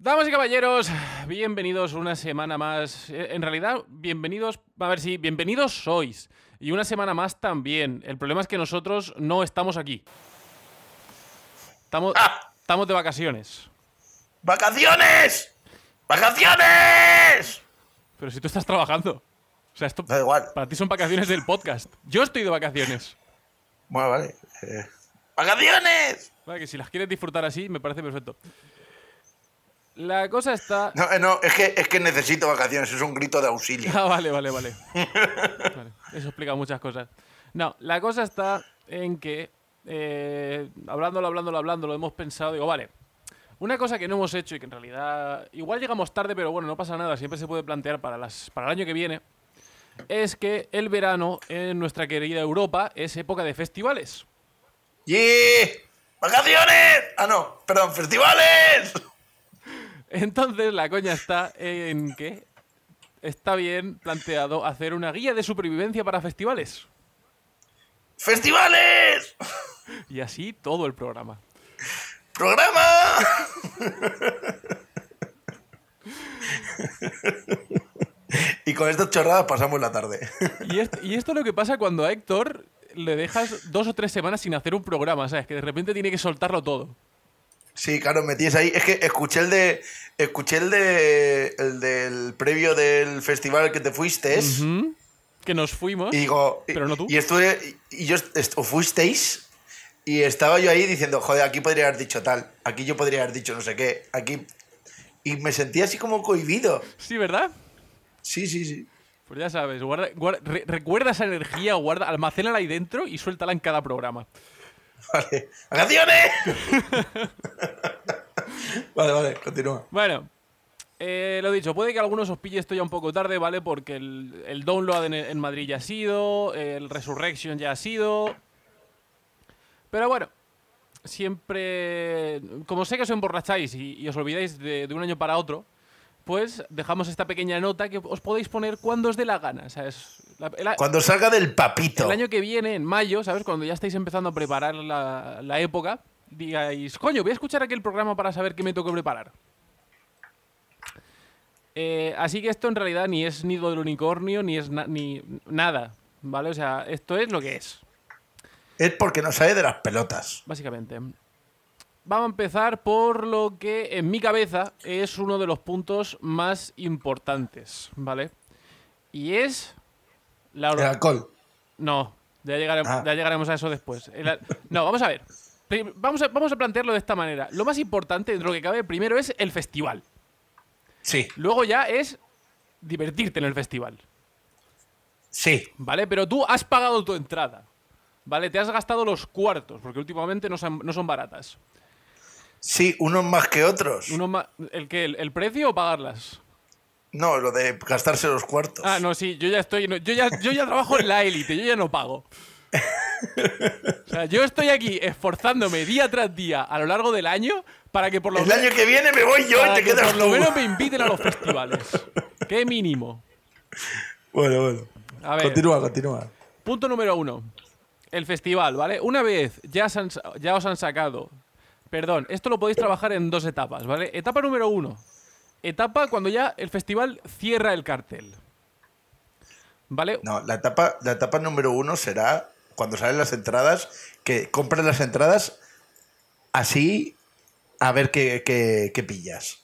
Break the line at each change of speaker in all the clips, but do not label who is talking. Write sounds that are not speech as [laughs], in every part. Damas y caballeros, bienvenidos una semana más. Eh, En realidad, bienvenidos, a ver si, bienvenidos sois. Y una semana más también. El problema es que nosotros no estamos aquí. Estamos, estamos de vacaciones.
¡Vacaciones! ¡Vacaciones!
Pero si tú estás trabajando. O sea, esto
Da igual.
para ti son vacaciones del podcast. Yo estoy de vacaciones.
Bueno, vale. eh, ¡Vacaciones!
Vale, que si las quieres disfrutar así, me parece perfecto. La cosa está.
No, eh, no, es que, es que necesito vacaciones, es un grito
[laughs]
de auxilio.
Ah, vale, vale, vale. Vale, Eso explica muchas cosas. No, la cosa está en que, eh, hablándolo, hablándolo, hablándolo, hemos pensado, digo, vale, una cosa que no hemos hecho y que en realidad igual llegamos tarde, pero bueno, no pasa nada, siempre se puede plantear para, las, para el año que viene, es que el verano en nuestra querida Europa es época de festivales.
¡Yeah! ¡Vacaciones! Ah, no, perdón, festivales.
Entonces la coña está en que está bien planteado hacer una guía de supervivencia para festivales.
¡Festivales!
Y así todo el programa.
¡Programa! [laughs] y con estas chorradas pasamos la tarde.
Y, est- y esto es lo que pasa cuando a Héctor le dejas dos o tres semanas sin hacer un programa, ¿sabes? Que de repente tiene que soltarlo todo.
Sí, claro, me tienes ahí. Es que escuché el de. Escuché el de. El del previo del festival al que te fuiste.
Ujú. Que nos fuimos.
Y digo,
Pero no tú.
Y estuve, y yo, est- o fuisteis, y estaba yo ahí diciendo, joder, aquí podría haber dicho tal, aquí yo podría haber dicho no sé qué, aquí. Y me sentía así como cohibido.
Sí, ¿verdad?
Sí, sí, sí. [laughs]
Pues ya sabes, guarda- guarda- re- recuerda esa energía, guarda, almacénala ahí dentro y suéltala en cada programa.
Vale. ¡Vacaciones! [laughs] vale, vale, continúa.
Bueno, eh, lo dicho, puede que algunos os pille esto ya un poco tarde, ¿vale? Porque el, el download en, en Madrid ya ha sido, el Resurrection ya ha sido. Pero bueno, siempre. Como sé que os emborracháis y, y os olvidáis de, de un año para otro, pues dejamos esta pequeña nota que os podéis poner cuando os dé la gana, ¿sabes? La- el a-
Cuando salga del papito.
el año que viene, en mayo, ¿sabes? Cuando ya estáis empezando a preparar la, la época, digáis, coño, voy a escuchar aquel programa para saber qué me tengo que preparar. Eh, así que esto en realidad ni es nido del unicornio, ni es na- ni nada, ¿vale? O sea, esto es lo que es,
Es porque no sale de las pelotas.
básicamente. Vamos a empezar por lo que en mi cabeza es uno de los puntos más importantes, ¿vale? Y es la
El
orga-
alcohol.
no, ya llegaremos,
Ah.
ya llegaremos a eso después. El al- no, vamos a ver. Pri- Vamos a, vamos a plantearlo de esta manera. Lo más importante, dentro de lo que cabe, primero es el festival.
Sí,
Luego ya es divertirte en el festival.
sí.
¿Vale? Pero tú has pagado tu entrada. ¿Vale? Te has gastado los cuartos, porque últimamente no son, no son baratas.
Sí, unos más que otros.
Uno ma- ¿El qué? ¿El, el precio o pagarlas?
No, lo de gastarse los cuartos.
Ah, no, sí, yo ya estoy. no, yo, ya, yo ya trabajo en la élite, yo ya no pago. O sea, yo estoy aquí esforzándome día tras día a lo largo del año para que por lo
El
menos.
año que viene me voy yo y
para
te
que
quedas
por lo
tú.
menos me inviten a los festivales. Qué mínimo.
Bueno, bueno.
A ver.
Continúa, continúa.
Punto número uno. El festival, ¿vale? Una vez ya, os han sa- ya os han sacado. Perdón, esto lo podéis trabajar en dos etapas, ¿vale? Etapa número uno. Etapa cuando ya el festival cierra el cartel. ¿Vale?
No, la etapa, la etapa número uno será cuando salen las entradas, que compres las entradas así a ver qué, qué- qué pillas.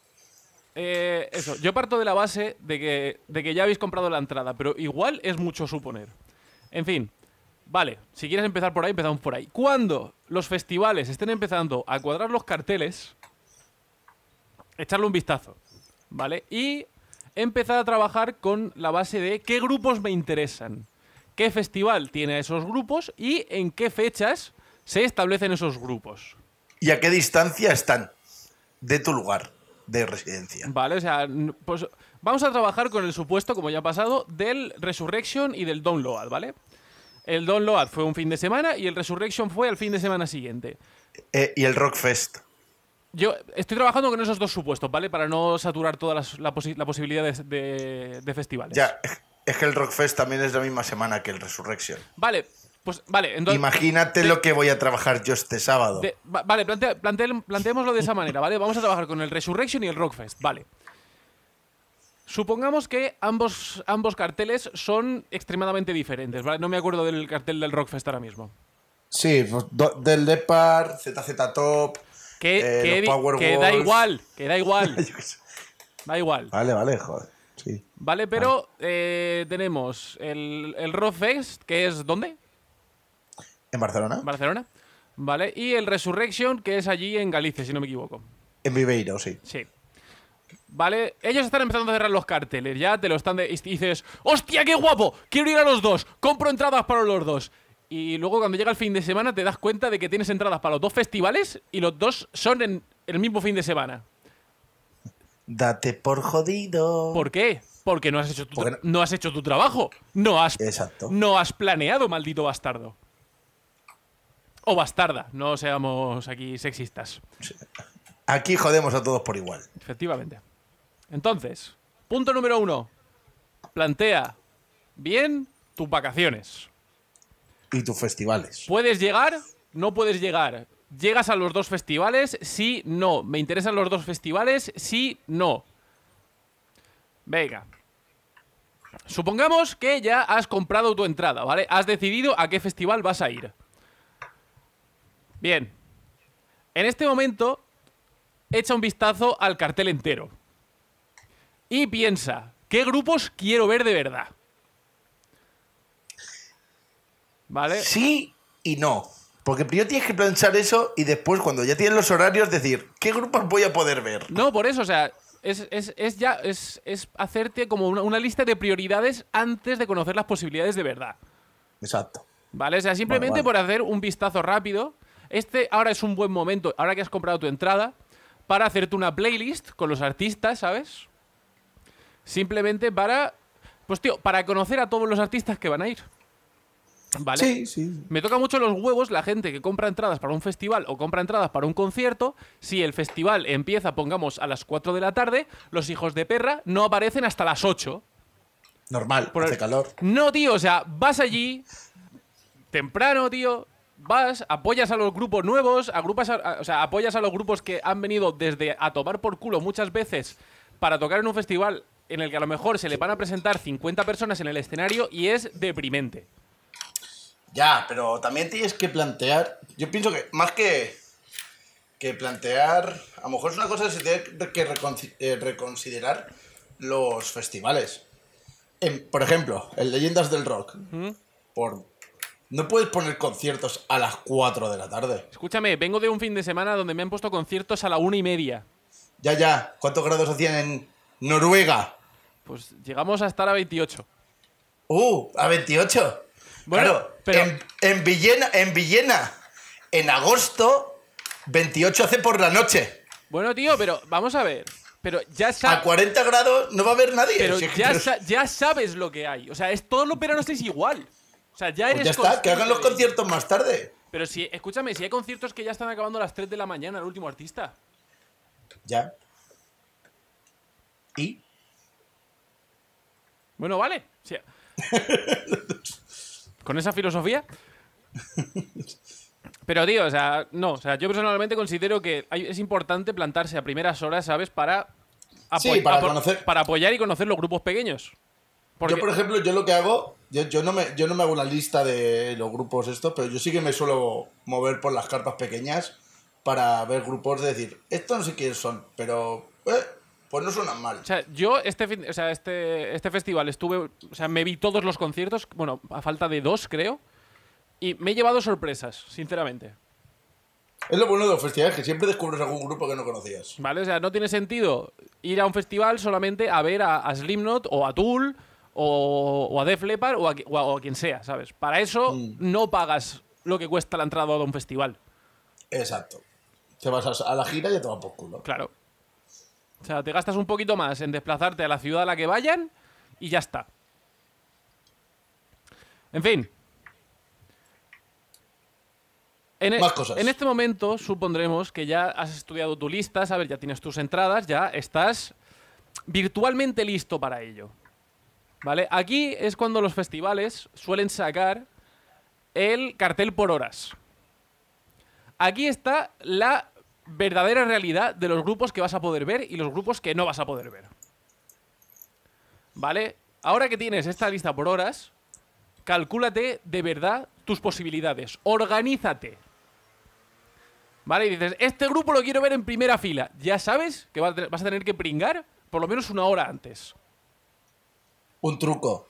Eh, eso, yo parto de la base de que, de que ya habéis comprado la entrada, pero igual es mucho suponer. En fin, vale, si quieres empezar por ahí, empezamos por ahí. Cuando los festivales estén empezando a cuadrar los carteles, echarle un vistazo, ¿vale? Y empezar a trabajar con la base de qué grupos me interesan, qué festival tiene a esos grupos y en qué fechas se establecen esos grupos.
¿Y a qué distancia están de tu lugar de residencia?
Vale, o sea, n- pues vamos a trabajar con el supuesto, como ya ha pasado, del Resurrection y del Download, ¿vale? El Download fue un fin de semana y el Resurrection fue el fin de semana siguiente.
Eh, y el Rockfest.
Yo estoy trabajando con esos dos supuestos, ¿vale? Para no saturar toda las- la, posi- la posibilidad de, de- de festivales.
Ya, es que el Rockfest también es la misma semana que el Resurrection.
Vale, Pues vale, entonces.
Imagínate
te-
lo que voy a trabajar yo este sábado.
te- va- vale, plantea- plantea- planteémoslo de esa manera, ¿vale? Vamos a trabajar con el Resurrection y el Rockfest, vale. Supongamos que ambos, ambos carteles son extremadamente diferentes, ¿vale? No me acuerdo del cartel del Rockfest ahora mismo.
Sí, pues, do- del Leopard, ZZ Top.
Que,
eh,
que
los
di-
Power
que da
Wolf.
igual, que da igual,
[laughs] Yo qué sé.
da igual.
vale, vale, joder. Sí.
Vale, pero eh, tenemos el, el Rockfest, que es ¿dónde?
¿En Barcelona?
Barcelona. Vale, y el Resurrection, que es allí en Galicia, si no me equivoco.
En Viveiro, sí.
Sí. Vale, ellos están empezando a cerrar los carteles, ya te lo están de- y dices, ¡hostia, qué guapo! Quiero ir a los dos, compro entradas para los dos. Y luego cuando llega el fin de semana te das cuenta de que tienes entradas para los dos festivales y los dos son en el mismo fin de semana.
Date por jodido.
¿Por qué? Porque no has hecho tu, tra-
Porque no-
no has hecho tu trabajo. No has,
Exacto.
no has planeado, maldito bastardo. O bastarda, no seamos aquí sexistas.
Aquí jodemos a todos por igual.
Efectivamente. Entonces, punto número uno. Plantea bien tus vacaciones.
Y tus festivales.
¿Puedes llegar? ¿No puedes llegar? ¿Llegas a los dos festivales? Sí, no. ¿Me interesan los dos festivales? Sí, no. Venga. Supongamos que ya has comprado tu entrada, ¿vale? Has decidido a qué festival vas a ir. Bien. En este momento, echa un vistazo al cartel entero. Y piensa, ¿qué grupos quiero ver de verdad? ¿Vale?
Sí y no. Porque primero tienes que planchar eso y después, cuando ya tienes los horarios, decir, ¿qué grupos voy a poder ver?
No, por eso, o sea, es, es- es ya es, es hacerte como una, una lista de prioridades antes de conocer las posibilidades de verdad.
Exacto.
¿Vale? O sea, simplemente
Vale, vale.
por hacer un vistazo rápido. Este ahora es un buen momento, ahora que has comprado tu entrada, para hacerte una playlist con los artistas, ¿sabes? Simplemente para. Pues tío, para conocer a todos los artistas que van a ir. ¿Vale?
Sí, sí.
Me toca mucho los huevos la gente que compra entradas para un festival o compra entradas para un concierto. Si el festival empieza, pongamos, a las 4 de la tarde, los hijos de perra no aparecen hasta las 8.
Normal,
Por el-
hace calor.
No, tío, o sea, vas allí temprano, tío. Vas, apoyas a los grupos nuevos, agrupas a- a- o sea, apoyas a los grupos que han venido desde a tomar por culo muchas veces para tocar en un festival en el que a lo mejor se le van a presentar 50 personas en el escenario y es deprimente.
Ya, pero también tienes que plantear. Yo pienso que más que, que plantear. A lo mejor es una cosa que se tiene que reconci- eh, reconsiderar los festivales. En- por ejemplo, en Leyendas del Rock. Por, no puedes poner conciertos a las 4 de la tarde.
Escúchame, vengo de un fin de semana donde me han puesto conciertos a la una y media.
Ya, ya. ¿Cuántos grados hacían en Noruega?
Pues llegamos a estar a 28.
¡Uh! ¡A 28!
Bueno,
claro,
pero-
en, en Villena, en Villena, en agosto, 28 hace por la noche.
Bueno, tío, pero vamos a ver. Pero ya,
A
sa-
40 grados no va a haber nadie.
pero
Si es que-
ya, sa- ya sabes lo que hay. O sea, es todos los veranos es igual. O sea, ya
Pues
eres
ya está, que hagan los
consciente de-
conciertos más tarde.
Pero si, escúchame, si hay conciertos que ya están acabando a las 3 de la mañana, el último artista.
Ya. ¿Y?
Bueno, vale. O
[laughs]
sea, con esa filosofía. Pero, tío, o sea, no. O sea, yo personalmente considero que hay- es importante plantarse a primeras horas, ¿sabes? Para,
Sí, para
apo-
conocer-
para apoyar y conocer los grupos pequeños. Porque,
Yo, por ejemplo, yo lo que hago, yo, yo no me, yo no me hago una lista de los grupos estos, pero yo sí que me suelo mover por las carpas pequeñas para ver grupos de decir, estos no sé quiénes son, pero eh, pues no suenan mal.
o sea, yo este, fin- o sea, este, este festival estuve. O sea, me vi todos los conciertos, bueno, a falta de dos, creo. Y me he llevado sorpresas, sinceramente.
Es lo bueno de los festivales, que siempre descubres algún grupo que no conocías.
¿Vale? O sea, no tiene sentido ir a un festival solamente a ver a, a Slipknot o a Tool o, o a Def Leppard o a, qui- o a- o a quien sea, ¿sabes? Para eso no pagas lo que cuesta la entrada a un festival,
Exacto. Te vas a, a la gira y ya te vas por culo.
claro. O sea, te gastas un poquito más en desplazarte a la ciudad a la que vayan y ya está. En fin. En, e-
Más cosas.
en este momento supondremos que ya has estudiado tu lista, sabes, ya tienes tus entradas, ya estás virtualmente listo para ello. ¿Vale? Aquí es cuando los festivales suelen sacar el cartel por horas. Aquí está la verdadera realidad de los grupos que vas a poder ver y los grupos que no vas a poder ver. ¿Vale? Ahora que tienes esta lista por horas, calcúlate de verdad tus posibilidades. Organízate. ¿Vale? Y dices, este grupo lo quiero ver en primera fila. Ya sabes que va a te- vas a tener que pringar por lo menos una hora antes.
Un truco,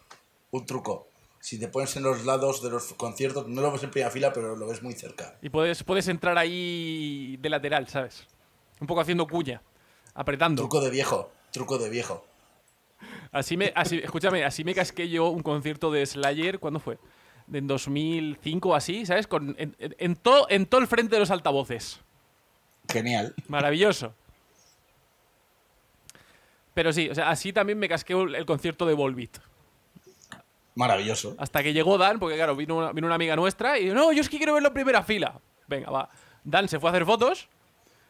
un truco. Si te pones en los lados de los conciertos, no lo ves en primera fila, pero lo ves muy cerca.
Y puedes, puedes entrar ahí de lateral, ¿sabes? Un poco haciendo cuña, apretando.
Truco de viejo, truco de viejo.
Así me, así, escúchame, así me casqué yo un concierto de Slayer, ¿cuándo fue? En 2005 o así, ¿sabes? Con, en, en- en todo en todo el frente de los altavoces.
Genial.
Maravilloso. Pero sí, o sea, así también me casqué el el concierto de Volbeat.
Maravilloso.
Hasta que llegó Dan, porque claro, vino una, vino una amiga nuestra y no, yo es que quiero verlo en primera fila. Venga, va. Dan se fue a hacer fotos.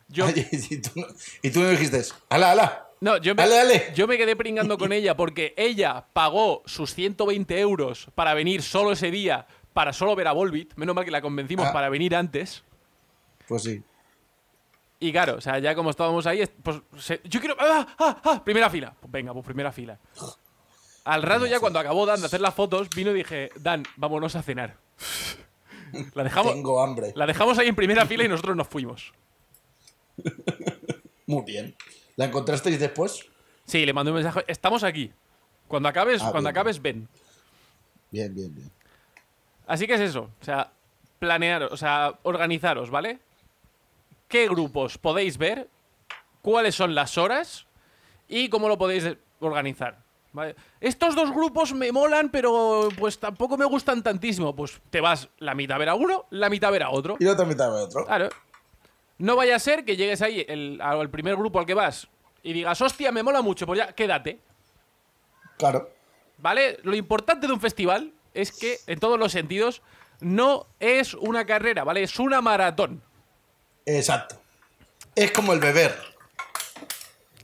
Yo,
Oye, [laughs] y, tú, no- y tú me dijiste, ala, ala.
no, yo, me,
Dale, dale.
yo me quedé pringando con ella porque ella pagó sus 120 euros para venir solo ese día, para solo ver a Volbit. Menos mal que la convencimos
Ah.
para venir antes.
Pues sí.
Y claro, o sea, ya como estábamos ahí, pues se- yo quiero. ¡Ah! ¡Ah! ¡Ah! Primera fila. Pues venga, pues primera fila. Al rato ya cuando acabó Dan de hacer las fotos, vino y dije, Dan, vámonos a cenar. La dejamos,
Tengo hambre.
la dejamos ahí en primera fila y nosotros nos fuimos.
Muy bien. ¿La encontrasteis después?
Sí, le mandé un mensaje. Estamos aquí. Cuando acabes,
Ah,
cuando
bien.
acabes, ven.
Bien, bien, bien.
Así que es eso. O sea, planearos, o sea, organizaros, ¿vale? ¿Qué grupos podéis ver? ¿Cuáles son las horas? ¿Y cómo lo podéis eh, organizar? ¿vale? Estos dos grupos me molan, pero pues tampoco me gustan tantísimo. Pues te vas la mitad a ver a uno, la mitad a ver a otro.
Y no te metaba otro.
Claro. No vaya a ser que llegues ahí el- al primer grupo al que vas y digas, hostia, me mola mucho, pues ya quédate.
Claro.
¿Vale? Lo importante de un festival es que, en todos los sentidos, no es una carrera, ¿vale? Es una maratón.
Exacto. Es como el beber.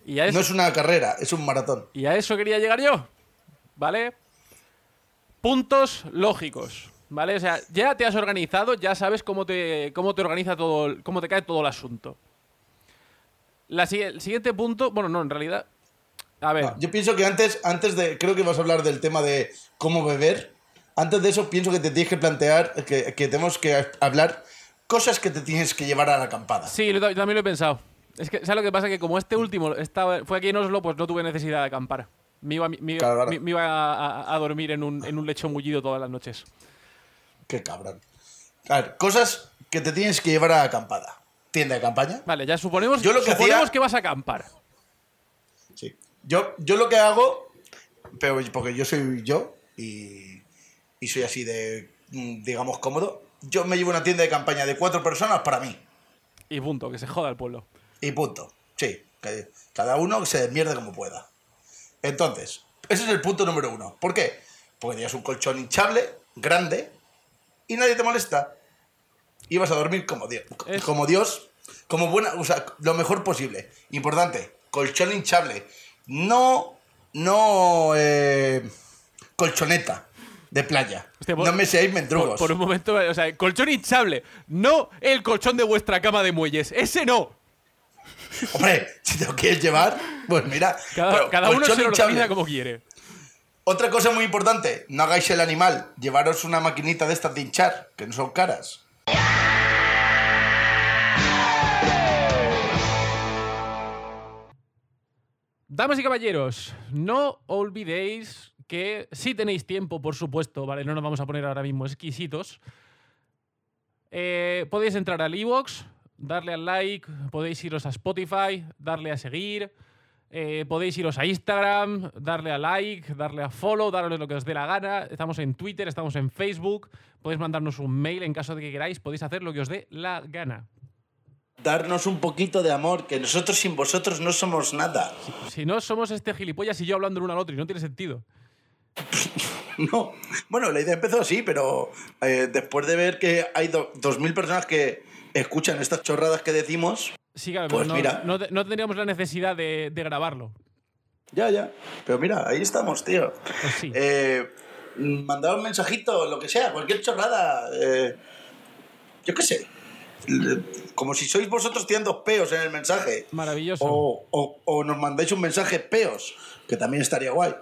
Y a eso,
No es una carrera, es un maratón.
y a eso quería llegar yo, ¿vale? Puntos lógicos, ¿vale? O sea, ya te has organizado, ya sabes cómo te, cómo te organiza todo, el- cómo te cae todo el asunto. La, si- el siguiente punto, bueno, no, en realidad... A ver,
Ah, Yo pienso que antes, antes de. Creo que vas a hablar del tema de cómo beber. Antes de eso, pienso que te tienes que plantear. Que, que tenemos que hablar cosas que te tienes que llevar a la acampada.
Sí, lo- yo también lo he pensado. Es que, ¿sabes lo que pasa? Que como este último estaba, fue aquí en Oslo, pues no tuve necesidad de acampar. Me iba, me- me-
Claro, claro.
me- me iba a, a- a dormir en un, en un lecho mullido todas las noches.
Qué cabrón. A ver, cosas que te tienes que llevar a la acampada. ¿Tienda de campaña?
Vale, ya suponemos,
Yo lo que
suponemos
hacía-
que vas a acampar.
Sí. Yo, yo lo que hago, pero porque yo soy yo y, y soy así de, mm, digamos, cómodo, yo me llevo una tienda de campaña de cuatro personas para mí.
Y punto, que se joda el pueblo.
Y punto. Sí. que Cada uno se desmierde como pueda. Entonces, ese es el punto número uno. ¿Por qué? Porque tenías un colchón hinchable, grande, y nadie te molesta. Y vas a dormir como Dios.
Es-
Como Dios. Como buena. O sea, lo mejor posible. Importante. Colchón hinchable. No. No. eh, colchoneta de playa.
Hostia, por-
no me seáis
Por,
mendrugos.
por un momento, o sea, colchón hinchable. No el colchón de vuestra cama de muelles. Ese no.
Hombre, si te lo quieres llevar, pues mira.
Cada,
pero
cada uno
colchón
se lo
hinchable.
organiza como quiere.
Otra cosa muy importante, no hagáis el animal, llevaros una maquinita de estas de hinchar, que no son caras.
Damas y caballeros, no olvidéis que si tenéis tiempo, por supuesto, ¿vale? No nos vamos a poner ahora mismo exquisitos. Eh, podéis entrar al iVoox, darle al like, podéis iros a Spotify, darle a seguir, eh, podéis iros a Instagram, darle a like, darle a follow, darle lo que os dé la gana. Estamos en Twitter, estamos en Facebook, podéis mandarnos un mail en caso de que queráis, podéis hacer lo que os dé la gana.
Darnos un poquito de amor, que nosotros sin vosotros no somos nada.
Si no, somos este gilipollas y yo hablando el uno al otro y no tiene sentido.
[laughs] No. Bueno, la idea empezó así, pero eh, después de ver que hay do- 2.000 personas que escuchan estas chorradas que decimos...
Sí, claro,
Pues
pero no,
mira.
no te- no tendríamos la necesidad de, de grabarlo.
Ya, ya. Pero mira, ahí estamos, tío.
Pues sí.
Eh, mandar un mensajito, lo que sea, cualquier chorrada. eh, yo qué sé. L- Como si sois vosotros tirando peos en el mensaje.
Maravilloso.
O, o- o nos mandáis un mensaje peos, que también estaría guay.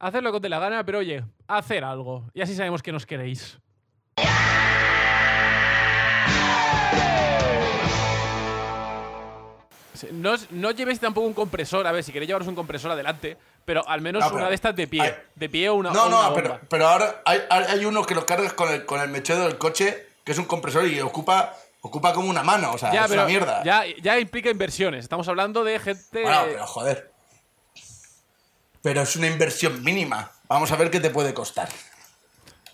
Hacer lo que te la gana, pero oye, hacer algo. Y así sabemos que nos queréis. Sí, No, os- no os llevéis tampoco un compresor, a ver, si queréis llevaros un compresor adelante, pero al menos
No, pero-
una de estas de pie.
ay.
de pie o una. o
No,
una
no, pero,
bomba.
pero ahora hay, hay- hay uno que lo cargas con el, con el mechero del coche, que es un compresor y ocupa, ocupa como una mano, o sea,
ya,
es
pero
una mierda.
Ya, ya implica inversiones. Estamos hablando de gente.
Bueno, pero joder. Pero es una inversión mínima. Vamos a ver qué te puede costar.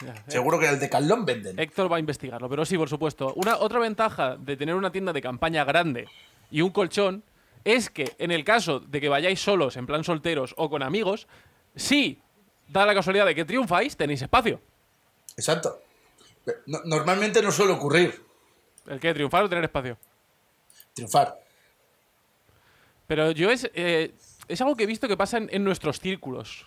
Ya, eh.
Seguro que en el de Calón venden.
Héctor va a investigarlo, pero sí, por supuesto. Una, otra ventaja de tener una tienda de campaña grande y un colchón es que en el caso de que vayáis solos, en plan solteros o con amigos, si da la casualidad de que triunfáis, tenéis espacio.
Exacto. No- normalmente no suele ocurrir
El que triunfar o tener espacio.
triunfar.
Pero yo es, eh, es algo que he visto que pasa en, en nuestros círculos.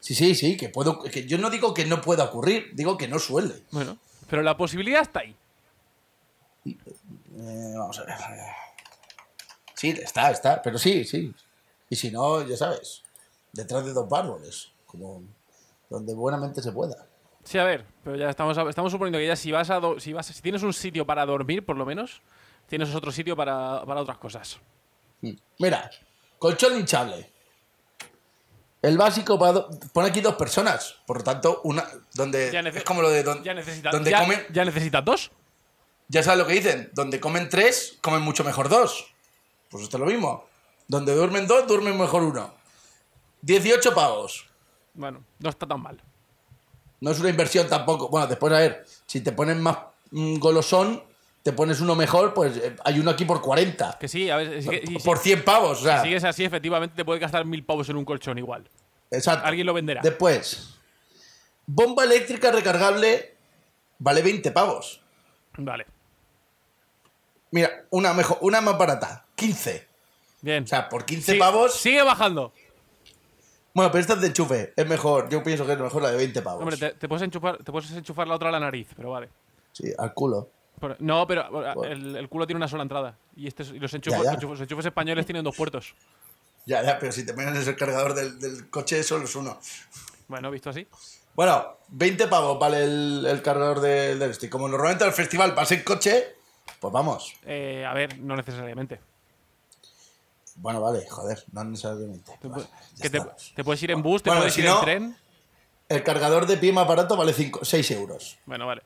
Sí, sí, sí, que puedo. Que yo no digo que no pueda ocurrir, digo que no suele.
Bueno, pero la posibilidad está ahí.
Eh, vamos a ver. Sí, está, está, pero sí, sí. Y si no, ya sabes, detrás de dos árboles, como donde buenamente se pueda.
Sí, a ver, pero ya estamos, estamos suponiendo que ya si vas a do- si vas si tienes un sitio para dormir, por lo menos, tienes otro sitio para, para otras cosas.
Mm. Mira, colchón hinchable. El básico para do- pone aquí dos personas, por lo tanto, una donde
Ya nece-
es como lo de don-
Ya necesitas
donde
ya-
comen,
ya necesitas dos.
ya sabes lo que dicen, donde comen tres, comen mucho mejor dos. Pues esto es lo mismo. Donde duermen dos, duermen mejor uno. 18 pavos.
Bueno, no está tan mal.
No es una inversión tampoco. Bueno, después a ver, si te ponen más mm, golosón, te pones uno mejor, pues eh, hay uno aquí por 40.
Que sí, a ver, si, si-
por 100 pavos, o sea.
si sigues así, efectivamente te puedes gastar mil pavos en un colchón igual.
Exacto.
Alguien lo venderá.
Después, bomba eléctrica recargable vale 20 pavos.
Vale.
Mira, una mejor, una más barata, 15.
Bien.
O sea, por 15
Sigue-
pavos.
Sigue bajando.
Bueno, pero esta es de enchufe, es mejor. Yo pienso que es mejor la de 20 pavos.
Hombre, te, te puedes enchufar, te puedes enchufar la otra a la nariz, pero vale.
Sí, al culo.
Por- no, pero bueno,
Bueno.
el, el culo tiene una sola entrada. Y, este, es- y los, enchufos,
Ya, ya.
los enchufos- los enchufes españoles tienen dos puertos.
Ya, ya, pero si te pones el cargador del, del coche, solo es uno.
Bueno, visto así.
Bueno, 20 pavos vale el, el cargador de- del este. Como normalmente al festival pasa en coche, pues vamos.
Eh, a ver, no necesariamente.
Bueno, vale, joder, no necesariamente.
Te, pu-
Vale, ya
que te,
está.
te puedes ir en bus, te
Bueno,
puedes
si
ir
no-
en tren.
El cargador de pie más barato vale 6 euros.
Bueno, vale.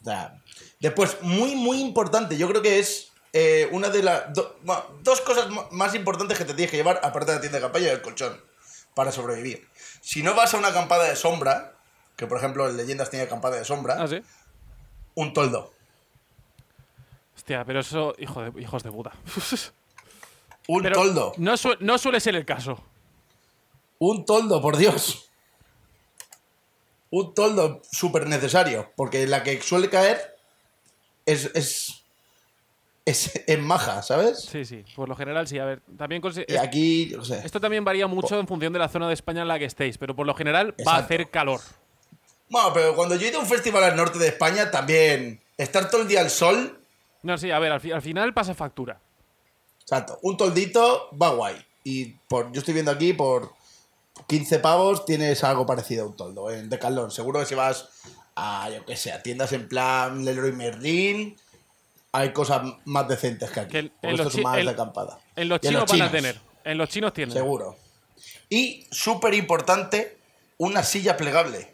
O sea, después, muy, muy importante, yo creo que es eh, una de las do- bueno, dos cosas mo- más importantes que te tienes que llevar, aparte de la tienda de campaña y el colchón, para sobrevivir. Si no vas a una acampada de sombra, que por ejemplo en Leyendas tiene acampada de sombra,
Ah, sí.
un toldo.
Hostia, pero eso, hijo de, hijos de puta. [laughs]
Un
Pero
toldo.
No, su- no suele ser el caso.
Un toldo, por Dios. Un toldo súper necesario, porque la que suele caer es, es, es en maja, ¿sabes?
Sí, sí, por lo general sí. A ver, también consi-
Y aquí, yo qué sé.
esto también varía mucho en función de la zona de España en la que estéis, pero por lo general va a
Exacto.
hacer calor.
Bueno, pero cuando yo he ido a un festival al norte de España, también estar todo el día al sol,
No, sí, a ver, al, fi- al final pasa factura.
exacto, un toldito va guay. Y por, yo estoy viendo aquí, por 15 pavos tienes algo parecido a un toldo ¿eh? en Decathlon. Seguro que si vas a, yo qué sé, a tiendas en plan Leroy Merlin, hay cosas más decentes que aquí.
Que el-
porque
en los
esto es
chi-
más
el-
de acampada.
En los
Y
chinos van a
chinos,
tener. En los chinos tienen.
Seguro. Y, súper importante, una silla plegable.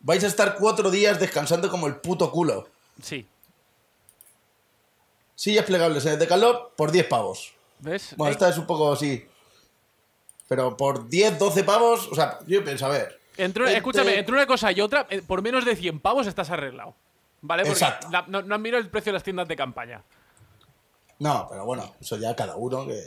Vais a estar cuatro días descansando como el puto culo.
Sí.
Sillas plegables en el calor por 10 pavos.
¿Ves?
Bueno,
Eh,
esta es un poco así. Pero por 10, 12 pavos, o sea, yo pienso, a ver.
entre una-
Este-
Escúchame, entre una cosa y otra, eh, por menos de 100 pavos estás arreglado. ¿Vale? Porque
Exacto.
la- no, no han mirado el precio de las tiendas de campaña.
No, pero bueno, eso ya cada uno que,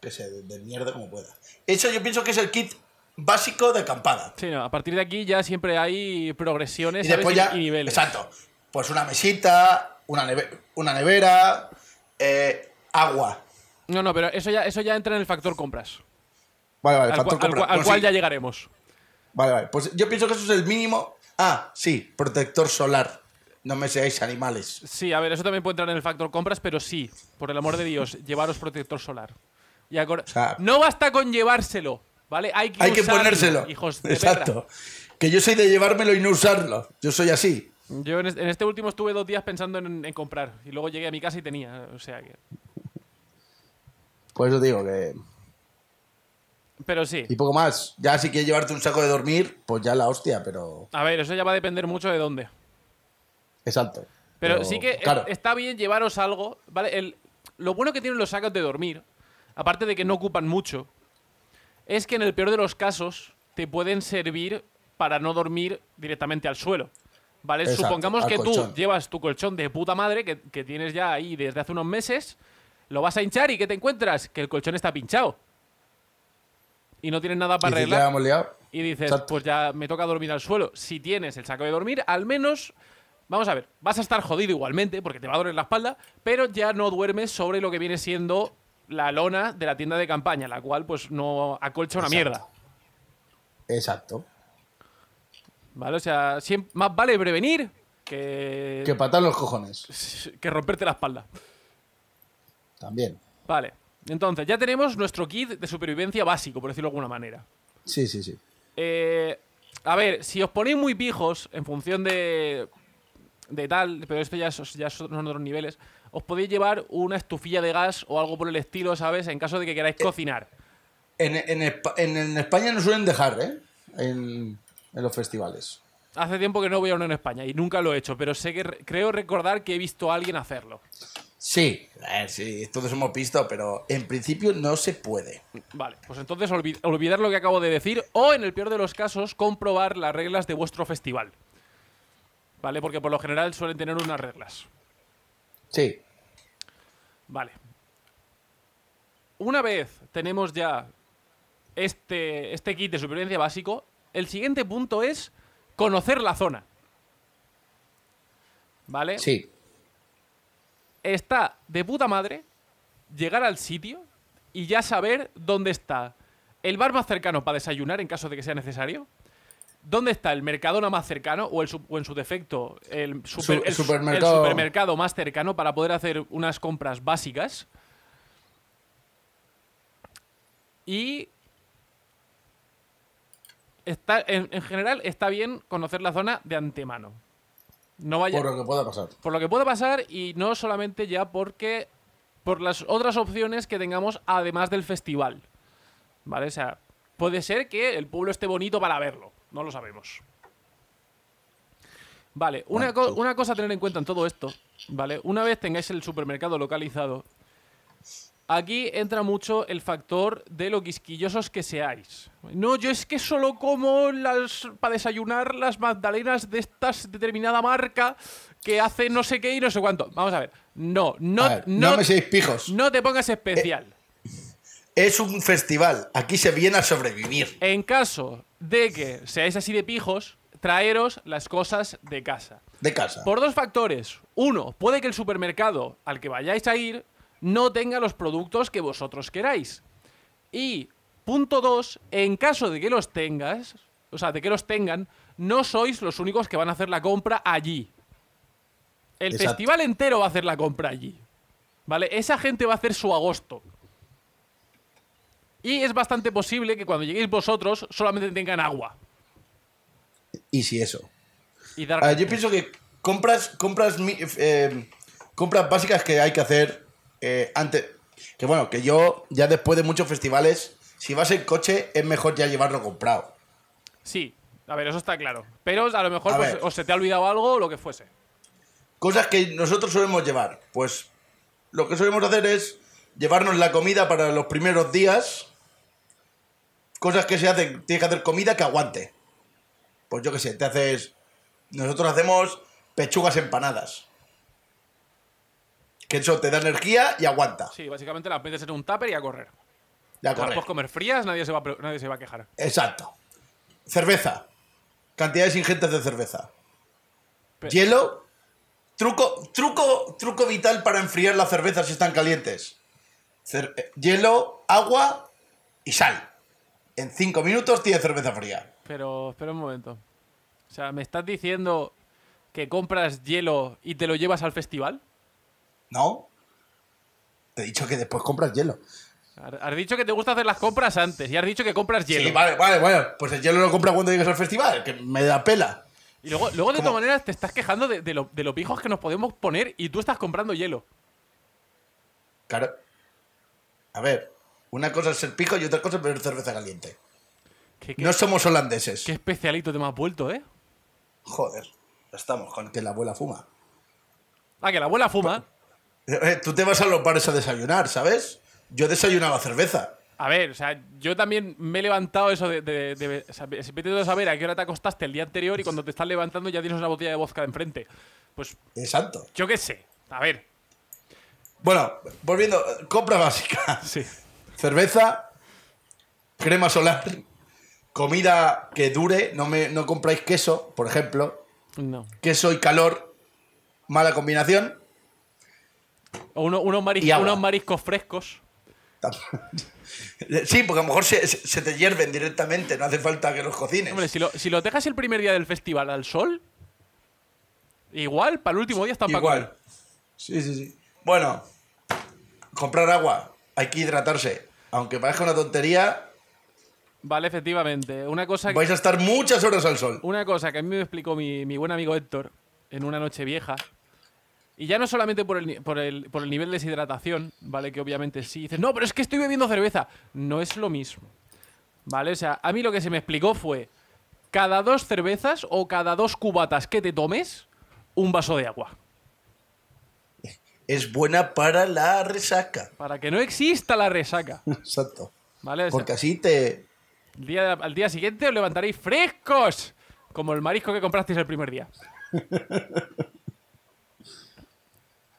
que se de mierda como pueda. Eso yo pienso que es el kit básico de acampada.
Sí, no, a partir de aquí ya siempre hay progresiones
Y
¿sabes?
después
Y-
ya.
y niveles.
Exacto. Pues una mesita, una, neve- una nevera, eh, agua.
No, no, pero eso ya, eso ya entra en el factor compras.
Vale, vale,
al,
factor
cua- al cua-
compra.
al
Pues
cual
sí.
ya llegaremos.
Vale, vale. Pues yo pienso que eso es el mínimo. Ah, sí, protector solar. No me seáis animales.
Sí, a ver, eso también puede entrar en el factor compras, pero sí, por el amor de
[laughs]
Dios, llevaros protector solar. Y acor-
sea,
no basta con llevárselo, ¿vale? Hay que,
Hay que
usarlo,
ponérselo.
Hijos de perra.
Exacto. Que yo soy de llevármelo y no usarlo. Yo soy así.
Yo en es- en este último estuve dos días pensando en, en comprar y luego llegué a mi casa y tenía, o sea que.
Por eso digo que.
Pero sí.
Y poco más. Ya si quieres llevarte un saco de dormir, pues ya la hostia, pero.
A ver, eso ya va a depender mucho de dónde.
Exacto.
Pero, sí que
Claro.
e- está bien llevaros algo, ¿vale? El- lo bueno que tienen los sacos de dormir, aparte de que no ocupan mucho, es que en el peor de los casos te pueden servir para no dormir directamente al suelo. ¿Vale?
Exacto,
Supongamos
al
que
colchón.
tú llevas tu colchón de puta madre que, que tienes ya ahí desde hace unos meses, lo vas a hinchar y ¿qué te encuentras? Que el colchón está pinchado. Y no tienes nada
Y si
para
ya
arreglar.
hemos liado.
Y dices,
Exacto.
pues ya me toca dormir al suelo. Si tienes el saco de dormir, al menos, vamos a ver, vas a estar jodido igualmente porque te va a doler la espalda, pero ya no duermes sobre lo que viene siendo la lona de la tienda de campaña, la cual pues no acolcha una
Exacto.
mierda.
Exacto.
¿Vale? O sea, siem- más vale prevenir que,
Que patan los cojones.
que romperte la espalda.
También.
Vale. Entonces, ya tenemos nuestro kit de supervivencia básico, por decirlo de alguna manera.
Sí, sí, sí.
Eh, a ver, si os ponéis muy pijos en función de, de tal, pero esto ya, es- ya son otros niveles, os podéis llevar una estufilla de gas o algo por el estilo, ¿sabes? En caso de que queráis cocinar.
En, en Espa- en- en España no suelen dejar, ¿eh? En, en los festivales.
Hace tiempo que no voy a uno en España y nunca lo he hecho, pero sé que re- creo recordar que he visto a alguien hacerlo.
Sí, a ver, sí, todos hemos visto, pero en principio no se puede.
Vale, pues entonces olvi- olvidar lo que acabo de decir o, en el peor de los casos, comprobar las reglas de vuestro festival. ¿Vale? Porque por lo general suelen tener unas reglas.
Sí,
Vale. Una vez tenemos ya este, este kit de supervivencia básico, el siguiente punto es conocer la zona. ¿Vale?
sí.
Está de puta madre llegar al sitio y ya saber dónde está el bar más cercano para desayunar en caso de que sea necesario. ¿Dónde está el mercadona más cercano o, el, su- o en su defecto el, super-
Su-
el su- el
supermercado.
supermercado más cercano para poder hacer unas compras básicas? Y está, en, en general está bien conocer la zona de antemano. No vaya,
Por lo que pueda pasar.
por lo que pueda pasar y no solamente ya porque por las otras opciones que tengamos además del festival. ¿Vale? O sea, puede ser que el pueblo esté bonito para verlo, no lo sabemos. Vale, una,
Bueno,
co-
sí.
una cosa a tener en cuenta en todo esto, ¿vale? Una vez tengáis el supermercado localizado, aquí entra mucho el factor de lo quisquillosos que seáis. No, yo es que solo como las para desayunar las magdalenas de estas determinada marca que hace no sé qué y no sé cuánto. Vamos a ver. No, no,
A ver, no,
no,
me Eh, seáis pijos.
no te pongas especial.
Es un festival. Aquí se viene a sobrevivir.
En caso de que seáis así de pijos, traeros las cosas de casa.
De casa.
Por dos factores. Uno, puede que el supermercado al que vayáis a ir no tenga los productos que vosotros queráis. Y punto dos, en caso de que los tengas, o sea, de que los tengan, no sois los únicos que van a hacer la compra allí. El
Exacto.
festival entero va a hacer la compra allí. ¿Vale? Esa gente va a hacer su agosto. Y es bastante posible que cuando lleguéis vosotros solamente tengan agua.
Y si eso.
Y dar
A ver, yo pienso que compras, compras, mi- eh, compras básicas que hay que hacer eh, antes. Que bueno, que yo ya después de muchos festivales, si vas en coche, es mejor ya llevarlo comprado.
Sí, a ver, eso está claro. Pero a lo mejor
A
pues,
ver.
o se te ha olvidado algo o lo que fuese.
Cosas que nosotros solemos llevar. Pues lo que solemos hacer es llevarnos la comida para los primeros días. Cosas que se hacen, tienes que hacer comida que aguante. Pues yo qué sé, te haces. Nosotros hacemos pechugas empanadas. Que eso te da energía y aguanta.
Sí, básicamente las metes en un tupper y a correr.
Ya
Las
corre.
puedes comer frías, nadie se va a, pre- nadie se va a quejar.
Exacto. Cerveza. Cantidades ingentes de cerveza.
Pe-
Hielo. Truco, truco, truco vital para enfriar las cervezas si están calientes. Cer- eh, hielo, agua y sal. En cinco minutos tienes cerveza fría.
Pero espera un momento. O sea, ¿me estás diciendo que compras hielo y te lo llevas al festival?
¿No? Te he dicho que después compras hielo.
Has has dicho que te gusta hacer las compras antes y has dicho que compras hielo.
Sí, vale, vale, vale. Pues el hielo lo compras cuando llegues al festival, que me da pela.
Y luego, luego de
¿Cómo?
todas maneras, te estás quejando de, de lo, de los pijos que nos podemos poner y tú estás comprando hielo.
Claro. A ver, una cosa es ser pico y otra cosa es beber cerveza caliente.
¿Qué, qué-
No somos holandeses.
qué especialito te me has vuelto, eh?
Joder, ya estamos con que la abuela fuma.
Ah, que la abuela fuma.
Eh, tú te vas a los bares a desayunar, ¿sabes? Yo desayunaba cerveza.
A ver, o sea, yo también me he levantado eso de... de, de- o sea, vete tú a saber a qué hora te acostaste el día anterior y cuando te estás levantando ya tienes una botella de vodka enfrente. Pues
Exacto.
yo qué sé. A ver.
Bueno, volviendo, eh, compra básica.
Sí.
[laughs] Cerveza, crema solar, comida que dure, no, me, no compráis queso, por ejemplo.
No.
Queso y calor, mala combinación. [laughs]
O uno- unos, maris-
Y agua.
unos mariscos frescos.
Sí, porque a lo mejor se, se- se te hierven directamente, no hace falta que los cocines.
Hombre, si lo, si lo dejas el primer día del festival al sol, igual, para el último día está
Igual. Sí, sí, sí. Bueno, comprar agua. Hay que hidratarse. Aunque parezca una tontería,
Vale, efectivamente. Una cosa que,
vais a estar muchas horas al sol.
una cosa que a mí me explicó mi, mi buen amigo Héctor en una noche vieja. Y ya no solamente por el, ni- por, el, por el nivel de deshidratación, ¿vale? Que obviamente sí. Dices, no, pero es que estoy bebiendo cerveza. No es lo mismo. ¿Vale? O sea, a mí lo que se me explicó fue cada dos cervezas o cada dos cubatas que te tomes, un vaso de agua.
Es buena para la resaca.
Para que no exista la resaca.
Exacto.
¿Vale? O sea,
Porque así te.
el día- al día siguiente os levantaréis frescos. Como el marisco que comprasteis el primer día.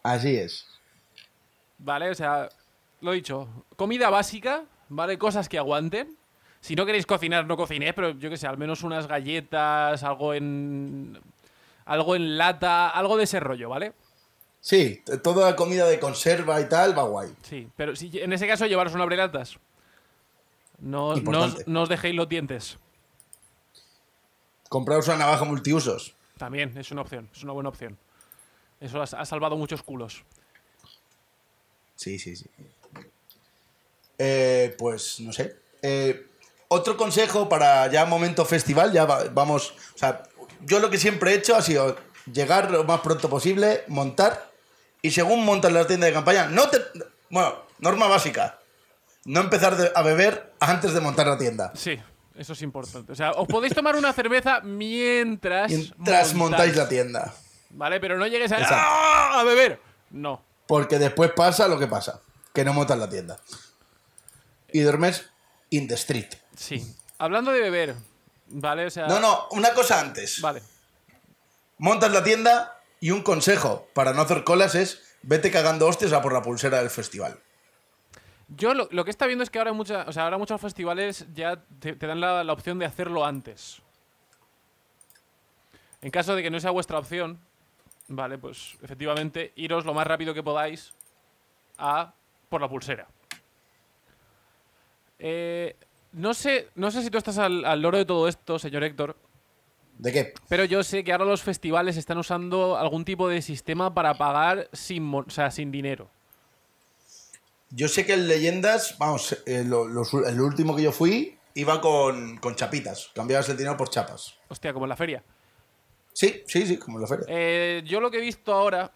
Así es.
¿Vale? O sea, lo dicho, comida básica, ¿vale? Cosas que aguanten. Si no queréis cocinar, no cocinéis, pero yo que sé, al menos unas galletas, algo en. algo en lata, algo de ese rollo, ¿vale?
Sí, t- toda la comida de conserva y tal va guay.
Sí, pero si, en ese caso llevaros un abrelatas. No, no,
Importante.
os, no os dejéis los dientes.
Compraros una navaja multiusos.
También es una opción, es una buena opción. Eso ha, ha salvado muchos culos.
Sí, sí, sí. Eh, pues no sé. Eh, otro consejo para ya momento festival, ya va- vamos. O sea, yo lo que siempre he hecho ha sido llegar lo más pronto posible, montar, y según montas la tienda de campaña, no te. Bueno, norma básica. No empezar de- a beber antes de montar la tienda.
Sí, eso es importante. O sea, os podéis tomar una cerveza mientras.
Mientras montáis la tienda.
Vale, pero no llegues a,
Exacto.
¡Ah! a beber. No.
Porque después pasa lo que pasa. Que no montas la tienda. Y duermes in the street.
Sí. Hablando de beber, ¿vale? O sea.
No, no, una cosa antes.
Ah. Vale.
Montas la tienda y un consejo para no hacer colas es vete cagando hostias a por la pulsera del festival.
Yo lo, lo que está viendo es que ahora, mucha, o sea, ahora muchos festivales ya te, te dan la, la opción de hacerlo antes. En caso de que no sea vuestra opción, vale, pues efectivamente iros lo más rápido que podáis a por la pulsera. Eh, no, sé, no sé si tú estás al- al loro de todo esto, señor Héctor,
¿De qué?
Pero yo sé que ahora los festivales están usando algún tipo de sistema para pagar sin, mo- o sea, sin dinero.
Yo sé que en leyendas, vamos, eh, lo- los- el último que yo fui iba con, con chapitas. Cambiabas el dinero por chapas.
Hostia, como en la feria.
Sí, sí, sí, como en la feria.
Eh, yo lo que he visto ahora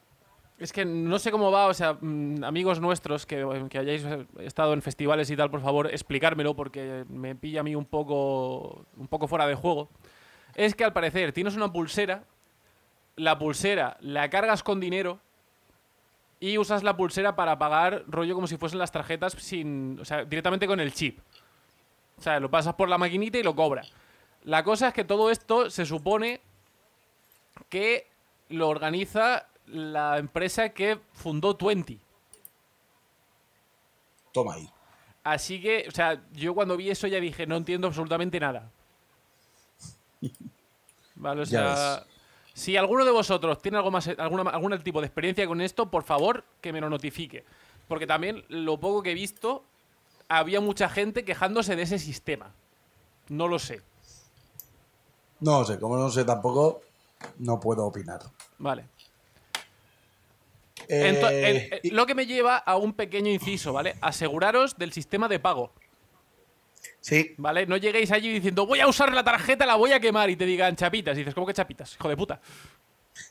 es que no sé cómo va, o sea, mm, amigos nuestros que, que hayáis eh, estado en festivales y tal, por favor, explicármelo porque me pilla a mí un poco, un poco fuera de juego. Es que al parecer tienes una pulsera, la pulsera la cargas con dinero y usas la pulsera para pagar rollo como si fuesen las tarjetas sin, o sea, directamente con el chip. O sea, lo pasas por la maquinita y lo cobra. La cosa es que todo esto se supone que lo organiza la empresa que fundó Twenty.
Toma ahí.
Así que, o sea, yo cuando vi eso ya dije, no entiendo absolutamente nada. Vale, o
Ya
sea, si alguno de vosotros tiene algo más, alguna, algún tipo de experiencia con esto, por favor, que me lo notifique. Porque también, lo poco que he visto, había mucha gente quejándose de ese sistema. No lo sé.
No sé, como no sé tampoco, no puedo opinar.
Vale.
Eh,
Ento- en- en- lo que me lleva a un pequeño inciso, ¿vale? Aseguraros del sistema de pago,
sí,
¿vale? No lleguéis allí diciendo, voy a usar la tarjeta, la voy a quemar, y te digan chapitas. Y dices, ¿cómo que chapitas? Hijo de puta.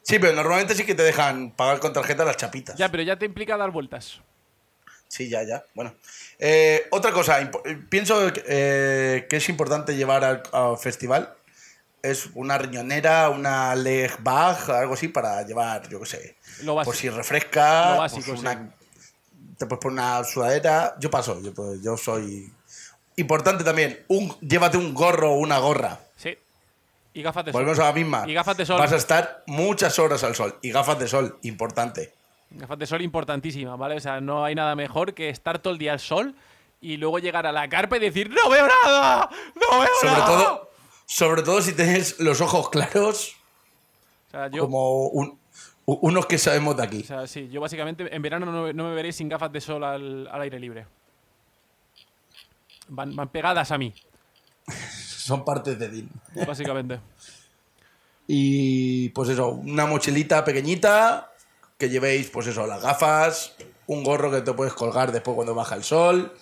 Sí, pero normalmente sí que te dejan pagar con tarjeta las chapitas.
Ya, pero ya te implica dar vueltas.
Sí, ya, ya. Bueno. Eh, otra cosa, impo- eh, pienso que, eh, que es importante llevar al, al festival. Es una riñonera, una leg bag, algo así para llevar, yo qué sé.
Lo básico.
Por si refresca,
Lo básico,
pues
sí.
una- te puedes poner una sudadera. Yo paso, yo, pues, yo soy... Importante también, un, llévate un gorro o una gorra.
Sí. Y gafas de sol.
Volvemos a la misma.
Y gafas de sol.
Vas a estar muchas horas al sol. Y gafas de sol, importante.
Gafas de sol importantísima, ¿vale? O sea, no hay nada mejor que estar todo el día al sol y luego llegar a la carpa y decir, ¡No veo nada! ¡No veo
Sobre
nada!
todo, sobre todo si tienes los ojos claros,
O sea, yo,
como un- u- unos que sabemos de
o
aquí.
sea, sí, yo básicamente en verano no, no me veréis sin gafas de sol al, al aire libre. Van, van pegadas a mí,
Son partes de Dean.
básicamente.
Y pues eso, una mochilita pequeñita, que llevéis pues eso, las gafas, un gorro que te puedes colgar después cuando baja el sol,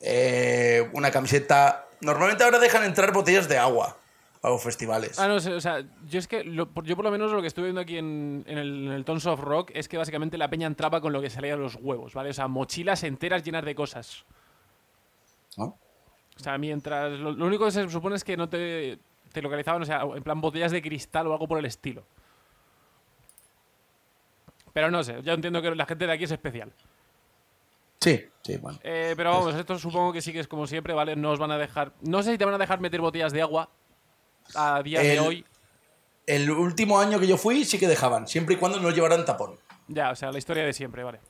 eh, una camiseta. Normalmente ahora dejan entrar botellas de agua a los festivales.
Ah, no, sé, o sea, yo es que, lo- por- yo por lo menos lo que estuve viendo aquí en, en el, en el Tons of Rock es que básicamente la peña entraba con lo que salía de los huevos, ¿vale? O sea, mochilas enteras llenas de cosas.
¿no?
O sea, mientras. Lo, lo único que se supone es que no te, te localizaban, o sea, en plan botellas de cristal o algo por el estilo. Pero no sé, yo entiendo que la gente de aquí es especial.
sí, sí, bueno.
Eh, pero vamos, esto supongo que sí que es como siempre, ¿vale? No os van a dejar. No sé si te van a dejar meter botellas de agua a día de
El-
hoy.
El último año que yo fui sí que dejaban, siempre y cuando no llevaran tapón.
Ya, o sea, la historia de siempre, ¿vale?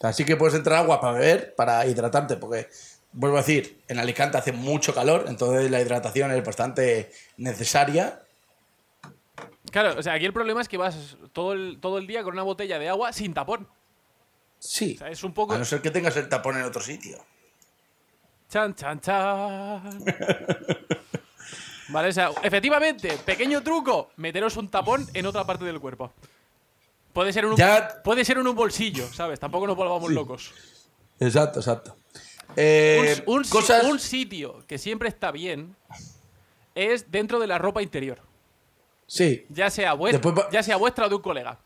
Así que puedes entrar agua para beber, para hidratarte, porque vuelvo a decir, en Alicante hace mucho calor, entonces la hidratación es bastante necesaria.
Claro, o sea, aquí el problema es que vas todo el, todo el día con una botella de agua sin tapón.
Sí.
O sea, es un poco.
A no ser que tengas el tapón en otro sitio.
Chan, chan, chan. Vale, o sea, efectivamente, pequeño truco, meteros un tapón en otra parte del cuerpo. Puede ser en un,
Ya-
puede ser en un bolsillo, ¿sabes? Tampoco nos volvamos locos.
Exacto, exacto.
Un-
Eh,
un, si-
cosas,
un sitio que siempre está bien es dentro de la ropa interior.
Sí,
Ya sea, vuest-
Después va-
ya sea vuestra o de un colega.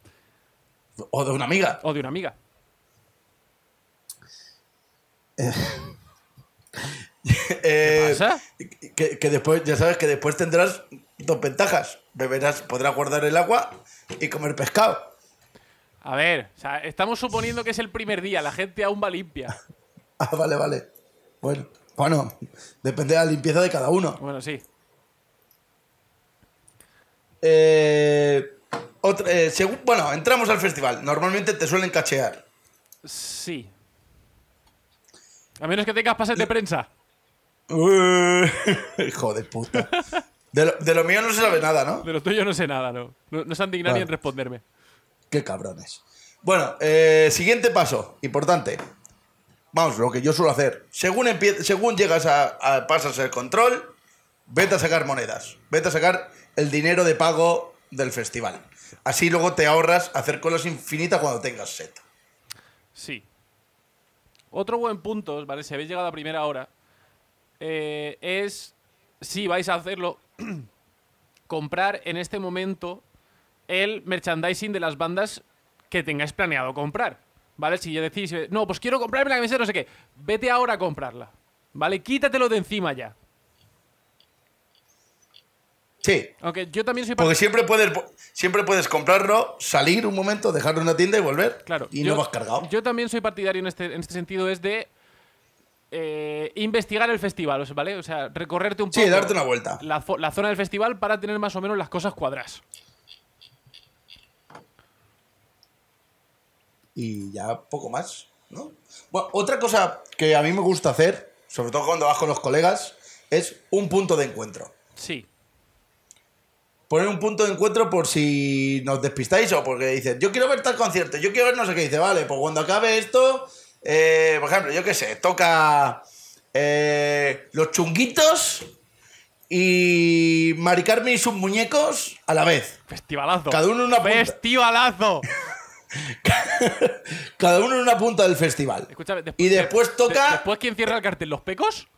O de una amiga.
O de una amiga.
Eh,
pasa?
Que, que después, ya sabes que después tendrás dos ventajas. Beberás, podrás guardar el agua y comer pescado. [laughs]
A ver, o sea, estamos suponiendo que es el primer día, la gente aún va limpia.
Ah, vale, vale.
bueno,
Bueno, depende de la limpieza de cada uno.
Bueno, sí.
Eh, otra- eh, segu- bueno, entramos al festival. Normalmente te suelen cachear.
Sí. A menos que tengas pases de prensa.
[laughs] Hijo de puta. De lo, de lo mío no se sabe nada, ¿no?
De lo tuyo no sé nada, ¿no? No, no se han dignado ni en
Vale.
responderme.
qué cabrones.
Bueno, eh, siguiente paso, importante. Vamos, lo que yo suelo hacer. Según, empie- según llegas a, a- pasas el control, vete a sacar monedas. Vete a sacar el dinero de pago del festival. Así luego te ahorras hacer colas infinitas cuando tengas set.
Sí. Otro buen punto, ¿vale? Si habéis llegado a primera hora, eh, es, si vais a hacerlo, [clears throat] comprar en este momento el merchandising de las bandas que tengáis planeado comprar, ¿vale? Si ya decís, eh, no, pues quiero comprarme la camiseta, no sé qué, vete ahora a comprarla, ¿vale? Quítatelo de encima ya.
Sí,
Aunque yo también soy
porque siempre puedes, siempre puedes comprarlo, salir un momento, dejarlo en una tienda y volver.
Claro.
Y
yo-
no vas cargado.
Yo también soy partidario en este, en este sentido, es de eh, investigar el festival, o sea, ¿vale? O sea, recorrerte un
Sí,
poco.
darte una vuelta.
La, zo- la zona del festival para tener más o menos las cosas cuadradas.
y ya poco más, ¿no? Bueno, otra cosa que a mí me gusta hacer, sobre todo cuando vas con los colegas, es un punto de encuentro.
Sí.
Poner un punto de encuentro por si nos despistáis o porque dices, yo quiero ver tal concierto, yo quiero ver no sé qué. Dice, vale, pues cuando acabe esto, eh, por ejemplo, yo qué sé, toca eh, los chunguitos y Mari Carmen y sus muñecos a la vez.
Festivalazo.
Cada uno en una punta.
Festivalazo.
Cada uno en una punta del festival.
Escúchame, después,
y después
de-
toca.
de- después, ¿quién cierra el cartel? ¿Los pecos?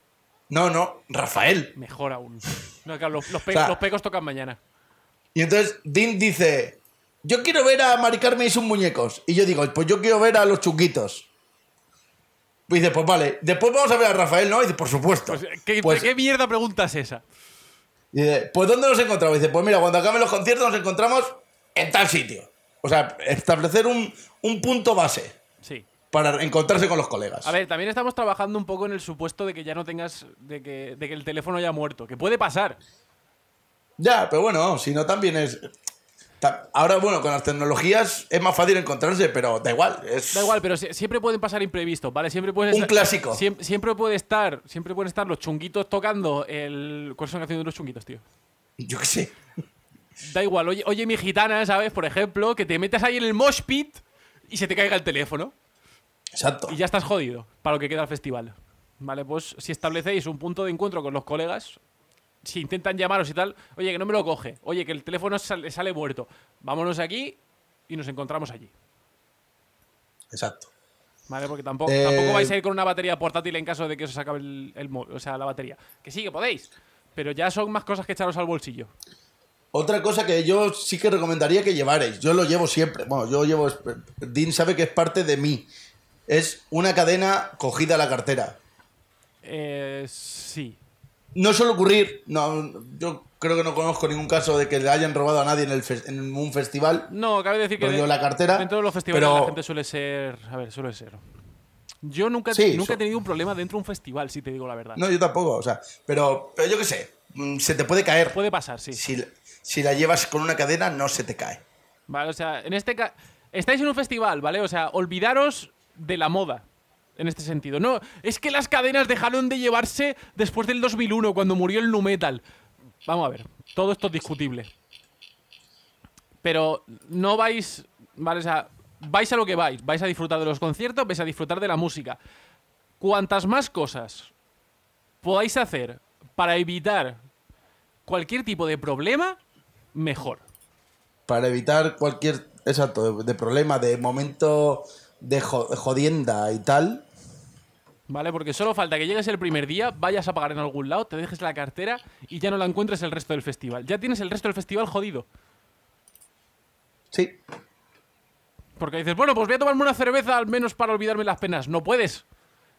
No, no, Rafael.
Mejor aún. No, claro, los, los pe-
O sea-
los pecos tocan mañana.
Y entonces Dean dice: Yo quiero ver a Mari Carmen y sus muñecos. Y yo digo: Pues yo quiero ver a los chunguitos. Y dice: Pues vale, después vamos a ver a Rafael, ¿no? Y dice: Por supuesto.
Pues, ¿qué,
Pues-
¿Qué mierda pregunta es esa?
Y dice, pues ¿dónde nos encontramos? Y dice, pues mira, cuando acaben los conciertos nos encontramos en tal sitio. O sea, establecer un, un punto base
Sí.
para encontrarse con los colegas.
A ver, también estamos trabajando un poco en el supuesto de que ya no tengas. de que, de que el teléfono haya muerto. Que puede pasar.
Ya, pero bueno, si no también es... ta- Ahora, bueno, con las tecnologías es más fácil encontrarse, pero da igual. Es...
Da igual, pero sie- siempre pueden pasar imprevistos, ¿vale? Siempre puede
Un
estar-
clásico.
siem- Siempre, puede estar. Siempre pueden estar los chunguitos tocando el. ¿Cuáles son las canciones de los chunguitos, tío?
Yo qué sé.
Da igual, oye, oye, mi gitana, ¿sabes? Por ejemplo, que te metas ahí en el mosh pit y se te caiga el teléfono.
Exacto.
Y ya estás jodido para lo que queda el festival. Vale, pues si establecéis un punto de encuentro con los colegas, si intentan llamaros y tal, oye, que no me lo coge, oye, que el teléfono sale, sale muerto, vámonos aquí y nos encontramos allí.
Exacto.
Vale, porque tampoco,
Eh,
tampoco vais a ir con una batería portátil en caso de que os acabe el, el mo- o sea, la batería. Que sí, que podéis, pero ya son más cosas que echaros al bolsillo.
Otra cosa que yo sí que recomendaría que llevarais, yo lo llevo siempre, bueno, yo llevo, Dean sabe que es parte de mí, es una cadena cogida a la cartera.
Eh, sí.
No suele ocurrir. No, yo creo que no conozco ningún caso de que le hayan robado a nadie en, el fes- en un festival.
No, cabe decir que
Rollo
de-
la cartera,
dentro de los festivales
pero-
la gente suele ser... A ver, suele ser... Yo nunca,
Sí,
nunca he
su-
tenido un problema dentro de un festival, si te digo la verdad.
No, yo tampoco. O sea, pero, pero yo qué sé. mm, Se te puede caer.
Puede pasar, sí.
Si, si la llevas con una cadena, no se te cae.
Vale, o sea, en este caso. Estáis en un festival, ¿vale? O sea, olvidaros de la moda. En este sentido. No, es que las cadenas dejaron de llevarse después del 2001, cuando murió el nu metal. Vamos a ver, todo esto es discutible. Pero no vais. Vale, o sea, vais a lo que vais. Vais a disfrutar de los conciertos, vais a disfrutar de la música. Cuantas más cosas podáis hacer para evitar cualquier tipo de problema, mejor.
Para evitar cualquier. Exacto, de, de problema, de momento de jo- jodienda y tal.
¿Vale? Porque solo falta que llegues el primer día, vayas a pagar en algún lado, te dejes la cartera y ya no la encuentres el resto del festival. Ya tienes el resto del festival jodido.
Sí.
Porque dices, bueno, pues voy a tomarme una cerveza al menos para olvidarme las penas. No puedes.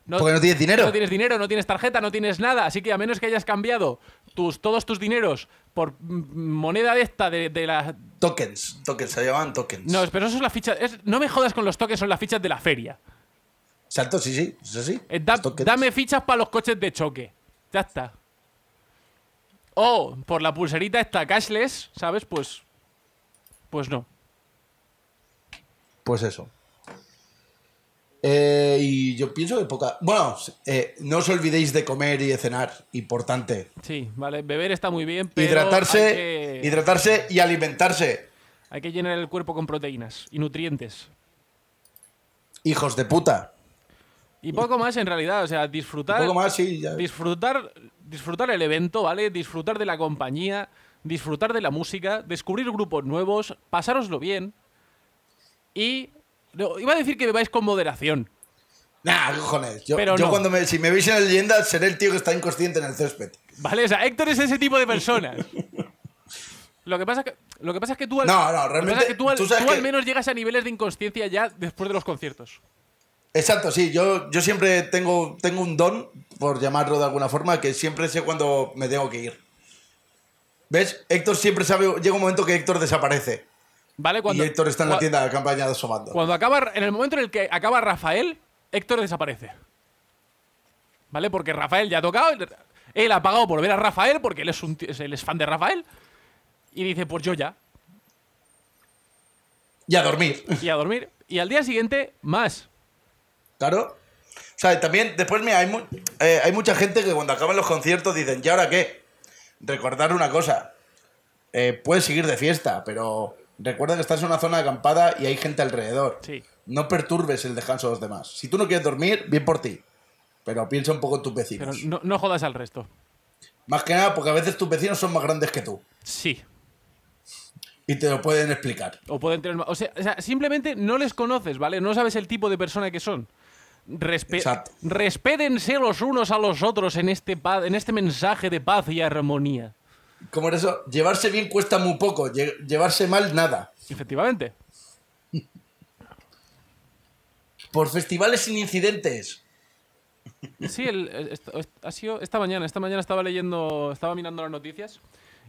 No,
Porque no tienes dinero.
no tienes dinero, no tienes tarjeta, no tienes nada. Así que a menos que hayas cambiado tus, todos tus dineros por mm, moneda de esta de, de la...
Tokens. Tokens, se llamaban tokens.
No, pero eso es la ficha... es- no me jodas con los toques, son las fichas de la feria.
Exacto, sí, sí. Eso sí.
Eh, da-
los tokens.
dame fichas para los coches de choque. Ya está. O por la pulserita esta cashless, ¿sabes? Pues. Pues no.
Pues eso. Eh, y yo pienso que poca. Bueno, eh, no os olvidéis de comer y de cenar. Importante.
Sí, vale. Beber está muy bien, pero. Hay
hidratarse,
que,
hidratarse y alimentarse.
hay que llenar el cuerpo con proteínas y nutrientes.
Hijos de puta.
Y poco más en realidad. O sea,
Un
disfrutar.
poco más, sí. ya.
Disfrutar, disfrutar el evento, ¿vale? Disfrutar de la compañía, disfrutar de la música, descubrir grupos nuevos, pasároslo bien. Y. no, Iba a decir que bebáis con moderación.
Nah, cojones. Yo,
Pero
yo
no.
cuando me, si me veis en la leyenda, seré el tío que está inconsciente en el césped.
Vale, o sea, Héctor es ese tipo de persona. Lo que pasa es que, lo que, pasa es que tú al, lo
No, no,
que pasa
realmente,
es que tú al,
tú sabes
tú al
que-
menos llegas a niveles de inconsciencia ya después de los conciertos.
Exacto, sí. Yo, yo siempre tengo, tengo un don, por llamarlo de alguna forma, que siempre sé cuándo me tengo que ir. ¿Ves? Héctor siempre sabe. Llega un momento que Héctor desaparece.
¿Vale? Cuando,
y Héctor está en
cua-
la tienda de campaña asomando.
Cuando acaba, en el momento en el que acaba Rafael, Héctor desaparece. ¿Vale? Porque Rafael ya ha tocado. Él ha pagado por ver a Rafael porque él es, un, tío- él es fan de Rafael. Y dice, pues yo ya.
Y a dormir.
Y a dormir. Y al día siguiente, más.
Claro. O sea, también después, mira, hay, mu- eh, hay mucha gente que cuando acaban los conciertos dicen, ¿y ahora qué? Recordar una cosa. Eh, puedes seguir de fiesta, pero recuerda que estás en una zona acampada y hay gente alrededor.
Sí.
No perturbes el descanso de los demás. Si tú no quieres dormir, bien por ti. Pero piensa un poco en tus
Pero
vecinos.
no, no jodas al resto.
Más que nada porque a veces tus vecinos son más grandes que tú
Sí.
y te lo pueden explicar.
O pueden tener. ma- O sea, o sea, simplemente no les conoces, ¿vale? No sabes el tipo de persona que son. Respe-
Exacto.
Respétense los unos a los otros en este, pa- en este mensaje de paz y armonía.
Como era eso, llevarse bien cuesta muy poco, lle- llevarse mal nada.
Efectivamente.
Por festivales sin incidentes.
Sí, el- est- est- ha sido esta mañana. Esta mañana estaba leyendo, estaba mirando las noticias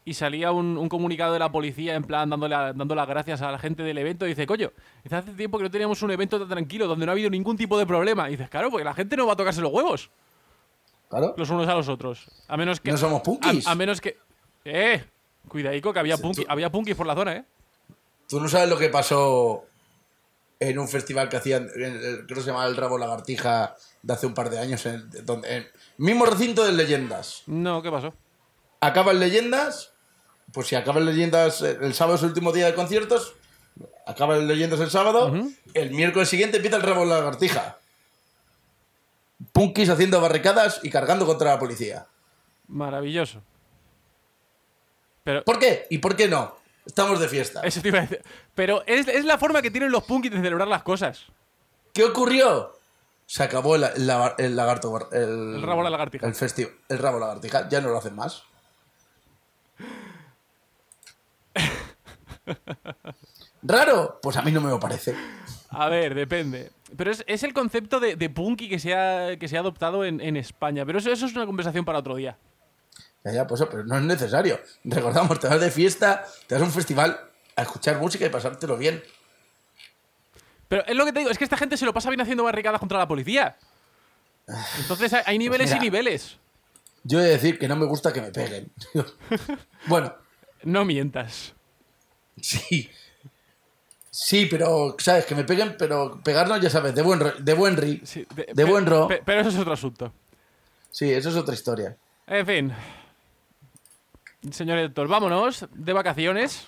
y salía un, un comunicado de la policía en plan dándole a- dando las gracias a la gente del evento. Y dice, coño, dice, hace tiempo que no teníamos un evento tan tranquilo donde no ha habido ningún tipo de problema. Y dices, claro, porque la gente no va a tocarse los huevos
Claro.
los unos a los otros. A menos que.
No somos punkis.
A, a menos que. ¡Eh! Cuidadico, que había,
Sí,
punki-
tú-
había punkis por la zona, ¿eh?
Tú no sabes lo que pasó en un festival que hacían, en el- creo que se llamaba El Rabo Lagartija, de hace un par de años, en, el- donde, en- mismo recinto de leyendas.
No, ¿qué pasó?
Acaban leyendas, pues si acaban leyendas eh, el sábado es el último día de conciertos, acaban leyendas el sábado, el miércoles siguiente empieza el Rabo Lagartija. Punkis haciendo barricadas y cargando contra la policía.
Maravilloso. Pero.
¿Por qué? ¿Y por qué no? Estamos de fiesta.
Eso te iba a decir. Pero es, es la forma que tienen los punkis de celebrar las cosas.
¿Qué ocurrió? Se acabó el, el lagar- el lagarto. bar- El,
El rabo a la lagartija.
El, festivo, el rabo a la lagartija. Ya no lo
[laughs]
hacen más. ¿Raro? Pues a mí no me lo parece.
A ver, depende. Pero es, es el concepto de, de punky que se ha, que se ha adoptado en, en España. Pero eso, eso es una conversación para otro día.
Ya, ya, pues, pero no es necesario. Recordamos, te vas de fiesta, te vas a un festival a escuchar música y pasártelo bien.
Pero es lo que te digo, es que esta gente se lo pasa bien haciendo barricadas contra la policía. Entonces hay, hay niveles
Pues mira.
y niveles.
Yo he de decir que no me gusta que me peguen. [laughs] bueno,
No mientas.
sí. Sí, pero, ¿sabes? Que me peguen, pero pegarnos, ya sabes, de buen, re- de buen ri.
Sí,
de
pe-
buen ro.
pe- pero eso es otro asunto.
Sí, eso es otra historia.
En fin. Señor Héctor, vámonos de vacaciones.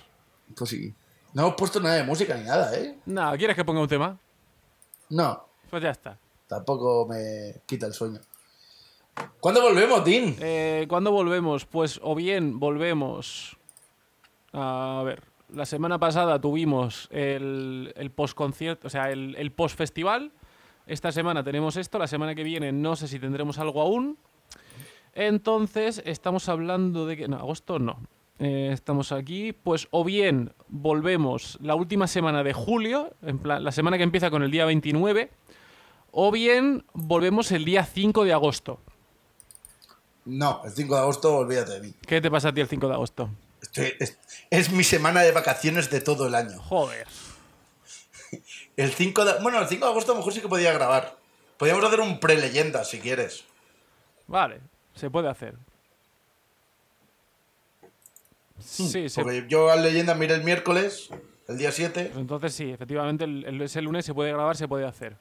Pues sí. No hemos puesto nada de música ni nada, ¿eh?
No, ¿quieres que ponga un tema?
No,
Pues ya está.
tampoco me quita el sueño. ¿Cuándo volvemos, Tim?
Eh, ¿Cuándo volvemos? Pues o bien volvemos... A ver, la semana pasada tuvimos el, el post-concierto, o sea, el, el post-festival. Esta semana tenemos esto, la semana que viene no sé si tendremos algo aún. Entonces, estamos hablando de que... No, agosto no. Eh, estamos aquí, pues o bien volvemos la última semana de julio, en plan, la semana que empieza con el día 29, o bien volvemos el día 5 de agosto.
No, el 5 de agosto, olvídate de mí.
¿Qué te pasa a ti el 5 de agosto?
Estoy- es, es mi semana de vacaciones de todo el año.
Joder.
El 5 de, bueno, el 5 de agosto a lo mejor sí que podía grabar. Podríamos hacer un pre-leyenda, si quieres.
Vale, se puede hacer. Sí, se-
Porque yo a leyenda miré el miércoles, el día 7.
pues entonces sí, efectivamente el, el- ese lunes se puede grabar, se puede hacer.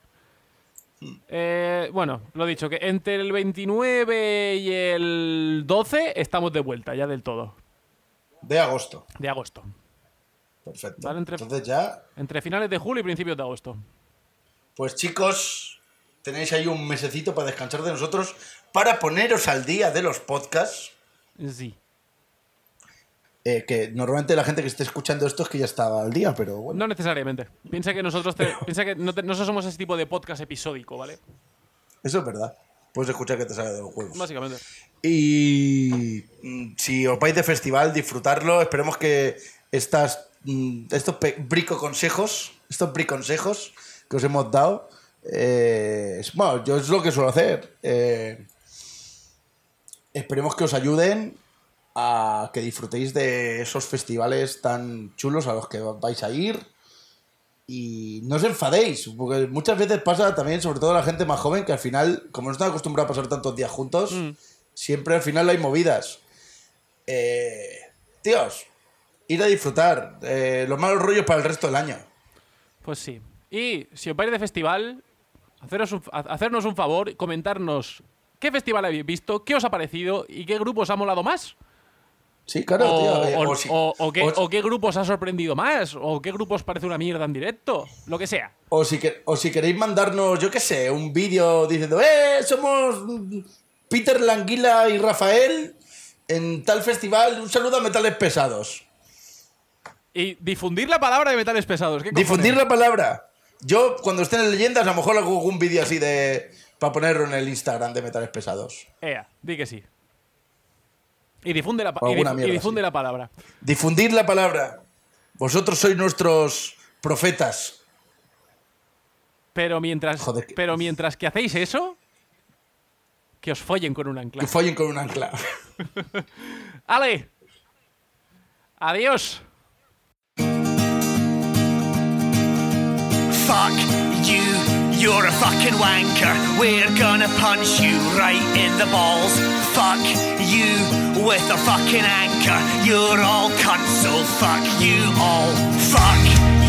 Eh, bueno, lo dicho, que entre el 29 y el 12 estamos de vuelta ya del todo,
De agosto.
de agosto.
Perfecto.
Vale, entre-
Entonces ya,
Entre finales de julio y principios de agosto.
pues chicos, tenéis ahí un mesecito para descansar de nosotros, para poneros al día de los podcasts.
Sí.
Eh, que normalmente la gente que esté escuchando esto es que ya estaba al día, pero bueno.
No necesariamente. Piensa que nosotros te- piensa que no, te- nosotros somos ese tipo de podcast episódico, ¿vale?
Eso es verdad. Puedes escuchar que te sale de los juegos.
Básicamente.
Y mm, si os vais de festival, disfrutarlo. Esperemos que estas, mm, estos pe- bricoconsejos, estos briconsejos que os hemos dado, eh, es- bueno, yo es lo que suelo hacer. Eh, esperemos que os ayuden a que disfrutéis de esos festivales tan chulos a los que vais a ir. Y no os enfadéis, porque muchas veces pasa también, sobre todo la gente más joven, que al final, como no están acostumbrados a pasar tantos días juntos,
Mm.
siempre al final hay movidas. Eh, tíos, ir a disfrutar. eh, los malos rollos para el resto del año.
Pues sí. Y si os vais de festival, haceros un- ha- hacernos un favor, comentarnos qué festival habéis visto, qué os ha parecido y qué grupo os ha molado más.
Sí, claro,
o,
tío. eh,
o-
o si-
o- o qué,
o-
o qué grupo os ha sorprendido más, o qué grupo os parece una mierda en directo, lo que sea.
O si, que- o si queréis mandarnos, yo qué sé, un vídeo diciendo, ¡eh! Somos mm, Peter Languila y Rafael en tal festival, un saludo a metales pesados.
Y difundir la palabra de metales pesados. ¿qué cojones?
Difundir la palabra. Yo, cuando estén en leyendas, a lo mejor hago un vídeo así de. para ponerlo en el Instagram de metales pesados.
Ea, di que sí. Y difunde la, pa-
O
y
alguna
difu- y
mierda
difunde
así.
la palabra.
Difundir la palabra. Vosotros sois nuestros profetas.
Pero mientras,
Joder, que-
pero mientras que hacéis eso, que os follen con un ancla.
Que follen con un ancla.
¡Ale! ¡Adiós!
Fuck you, you're a fucking wanker. We're gonna punch you right in the balls. Fuck you with a fucking anchor. You're all cunts, so fuck you all. Fuck